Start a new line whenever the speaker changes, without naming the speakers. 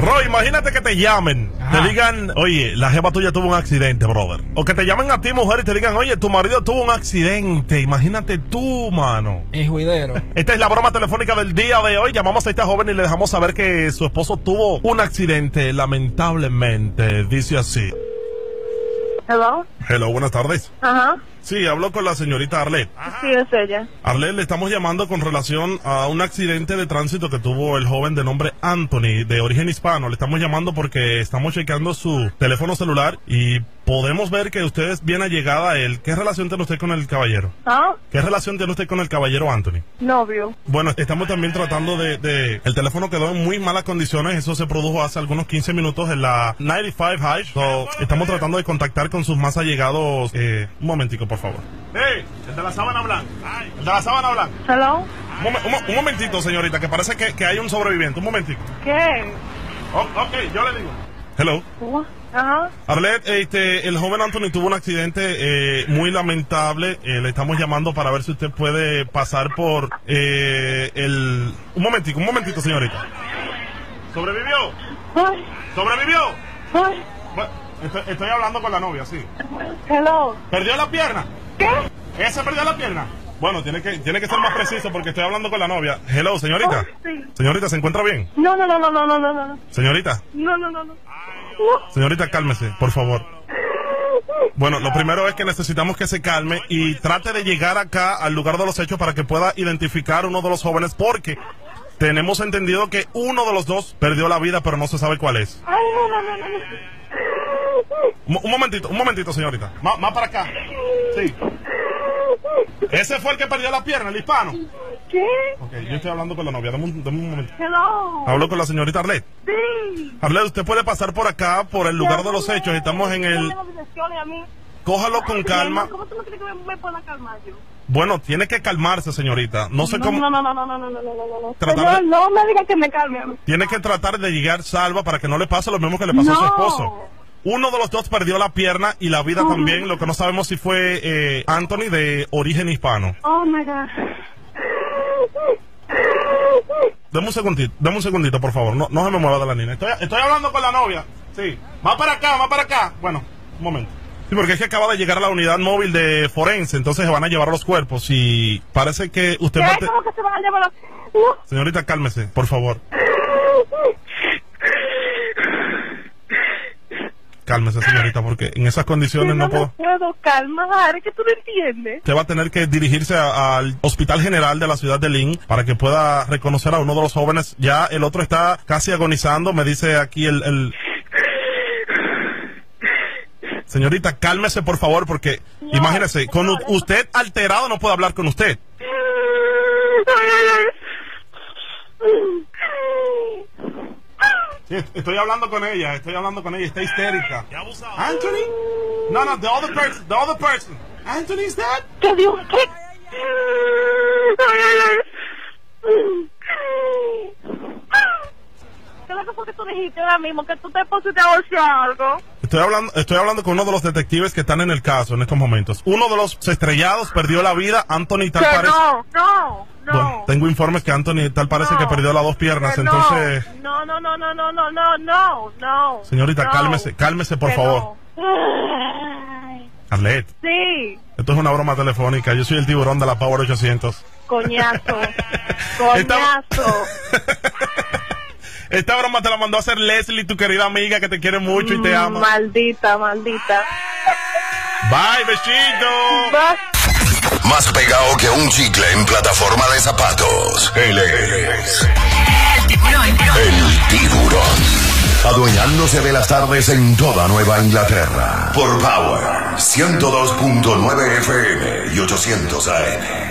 Roy, imagínate que te llamen,
Ajá.
te digan, oye, la jefa tuya tuvo un accidente, brother. O que te llamen a ti, mujer, y te digan, oye, tu marido tuvo un accidente. Imagínate tú, mano.
Es juidero.
Esta es la broma telefónica del día de hoy. Llamamos a esta joven y le dejamos saber que su esposo tuvo un accidente, lamentablemente. Dice así.
Hello.
Hello, buenas tardes.
Ajá.
Sí, hablo con la señorita Arlet.
Sí, es ella.
Arlet, le estamos llamando con relación a un accidente de tránsito que tuvo el joven de nombre Anthony, de origen hispano. Le estamos llamando porque estamos checando su teléfono celular y podemos ver que usted es bien allegada a él. ¿Qué relación tiene usted con el caballero?
Ah,
¿Qué relación tiene usted con el caballero Anthony?
novio.
Bueno, estamos también tratando de, de- El teléfono quedó en muy malas condiciones. Eso se produjo hace algunos 15 minutos en la 95 High. So, estamos tratando de contactar con sus más allegados. eh, un momentico, por favor. ¡Ey! El de la sábana blanca. El de la sábana blanca.
Hello.
Un, momen- un mo- un momentito, señorita, que parece que, que hay un sobreviviente. Un momentico.
¿Qué?
Oh, ok, yo le digo. Hello.
What? Ajá.
Arlet, este, el joven Anthony tuvo un accidente eh, muy lamentable. Eh, le estamos llamando para ver si usted puede pasar por eh, el... Un momentico, un momentito, señorita. ¿Sobrevivió?
Ay,
¿Sobrevivió?
ay.
Bueno, estoy, estoy hablando con la novia, sí.
Hello.
¿Perdió la pierna?
¿Qué?
¿Ese perdió la pierna? Bueno, tiene que, tiene que ser más preciso porque estoy hablando con la novia. Hello, señorita.
Oh, sí.
Señorita, ¿se encuentra bien?
No, no, no, no, no, no, no, no,
Señorita,
no, no, no, no.
señorita, cálmese, por favor. Bueno, lo primero es que necesitamos que se calme y trate de llegar acá al lugar de los hechos para que pueda identificar uno de los jóvenes porque tenemos entendido que uno de los dos perdió la vida pero no se sabe cuál es.
Ay, no, no, no, no, no.
Mo- Un, momentito, un momentito señorita. Má- más para acá. Sí. Ese fue el que perdió la pierna, el hispano.
¿Qué?
Ok, yo estoy hablando con la novia, dame un, dame un momento.
Hello.
Hablo con la señorita Arlet.
Sí.
Arlet, usted puede pasar por acá, por el lugar de los hechos. Estamos en el...
No me decepciones a mí.
Cójalo con calma.
¿Cómo tú no crees que me, me pueda calmar yo?
Bueno, tiene que calmarse, señorita. No sé
No,
cómo.
no, no, no, no, no, no, no, no, no, no.
Tratar
Señor,
de-
no me digas que me calme a mí.
Tiene que tratar de llegar salva para que no le pase lo mismo que le pasó a su
No.
esposo. Uno de los dos perdió la pierna y la vida
Ujú.
también. Lo que no sabemos si fue eh, Anthony de origen hispano.
Oh, my God.
Dame un segundito, dame un segundito, por favor. No, no se me mueva de la niña. Estoy, estoy hablando con la novia. Sí. Más para acá, más para acá. Bueno, un momento. Sí, porque es que acaba de llegar la unidad móvil de forense, entonces se van a llevar los cuerpos y parece que usted...
¿Qué?
mate-
¿Cómo que se van a llevar los... No.
Señorita, cálmese, por favor. Cálmese, señorita, porque en esas condiciones
Yo
no
no me
puedo.
puedo calmar, es que tú no entiendes.
Usted va a tener que dirigirse a- al Hospital General de la ciudad de Lynn para que pueda reconocer a uno de los jóvenes. Ya el otro está casi agonizando, me dice aquí el... el- Señorita, cálmese, por favor, porque imagínese, con u- usted alterado no puede hablar con usted. Sí, est- estoy hablando con ella, estoy hablando con ella, está histérica. Anthony? No, no, the other person, the other person. Anthony is dead?
¿Qué digo? ¿Qué? ¿Qué es lo que fue que tú dijiste ahora mismo? ¿Que tú te pusiste a bolsear algo?
Estoy hablando, estoy hablando con uno de los detectives que están en el caso en estos momentos. Uno de los estrellados perdió la vida, Anthony tal
Que
parece.
no, no, no.
Bueno, tengo informes que Anthony tal parece
No.
que perdió las dos piernas,
Que no.
entonces,
No, no, no, no, no, no, no, no, no.
señorita,
no,
cálmese, cálmese por
que
favor.
no. Ay,
Arlet,
Sí,
esto es una broma telefónica. Yo soy el tiburón de la Power 800.
coñazo,
Esta-
coñazo.
Esta broma te la mandó a hacer Leslie, tu querida amiga que te quiere mucho y te ama.
Mm, Maldita, maldita.
Bye, besito.
Bye.
Más pegado que un chicle en plataforma de zapatos. Él es
El tiburón.
el tiburón. Adueñándose de las tardes en toda Nueva Inglaterra. Por Power 102.9 FM y 800 AM.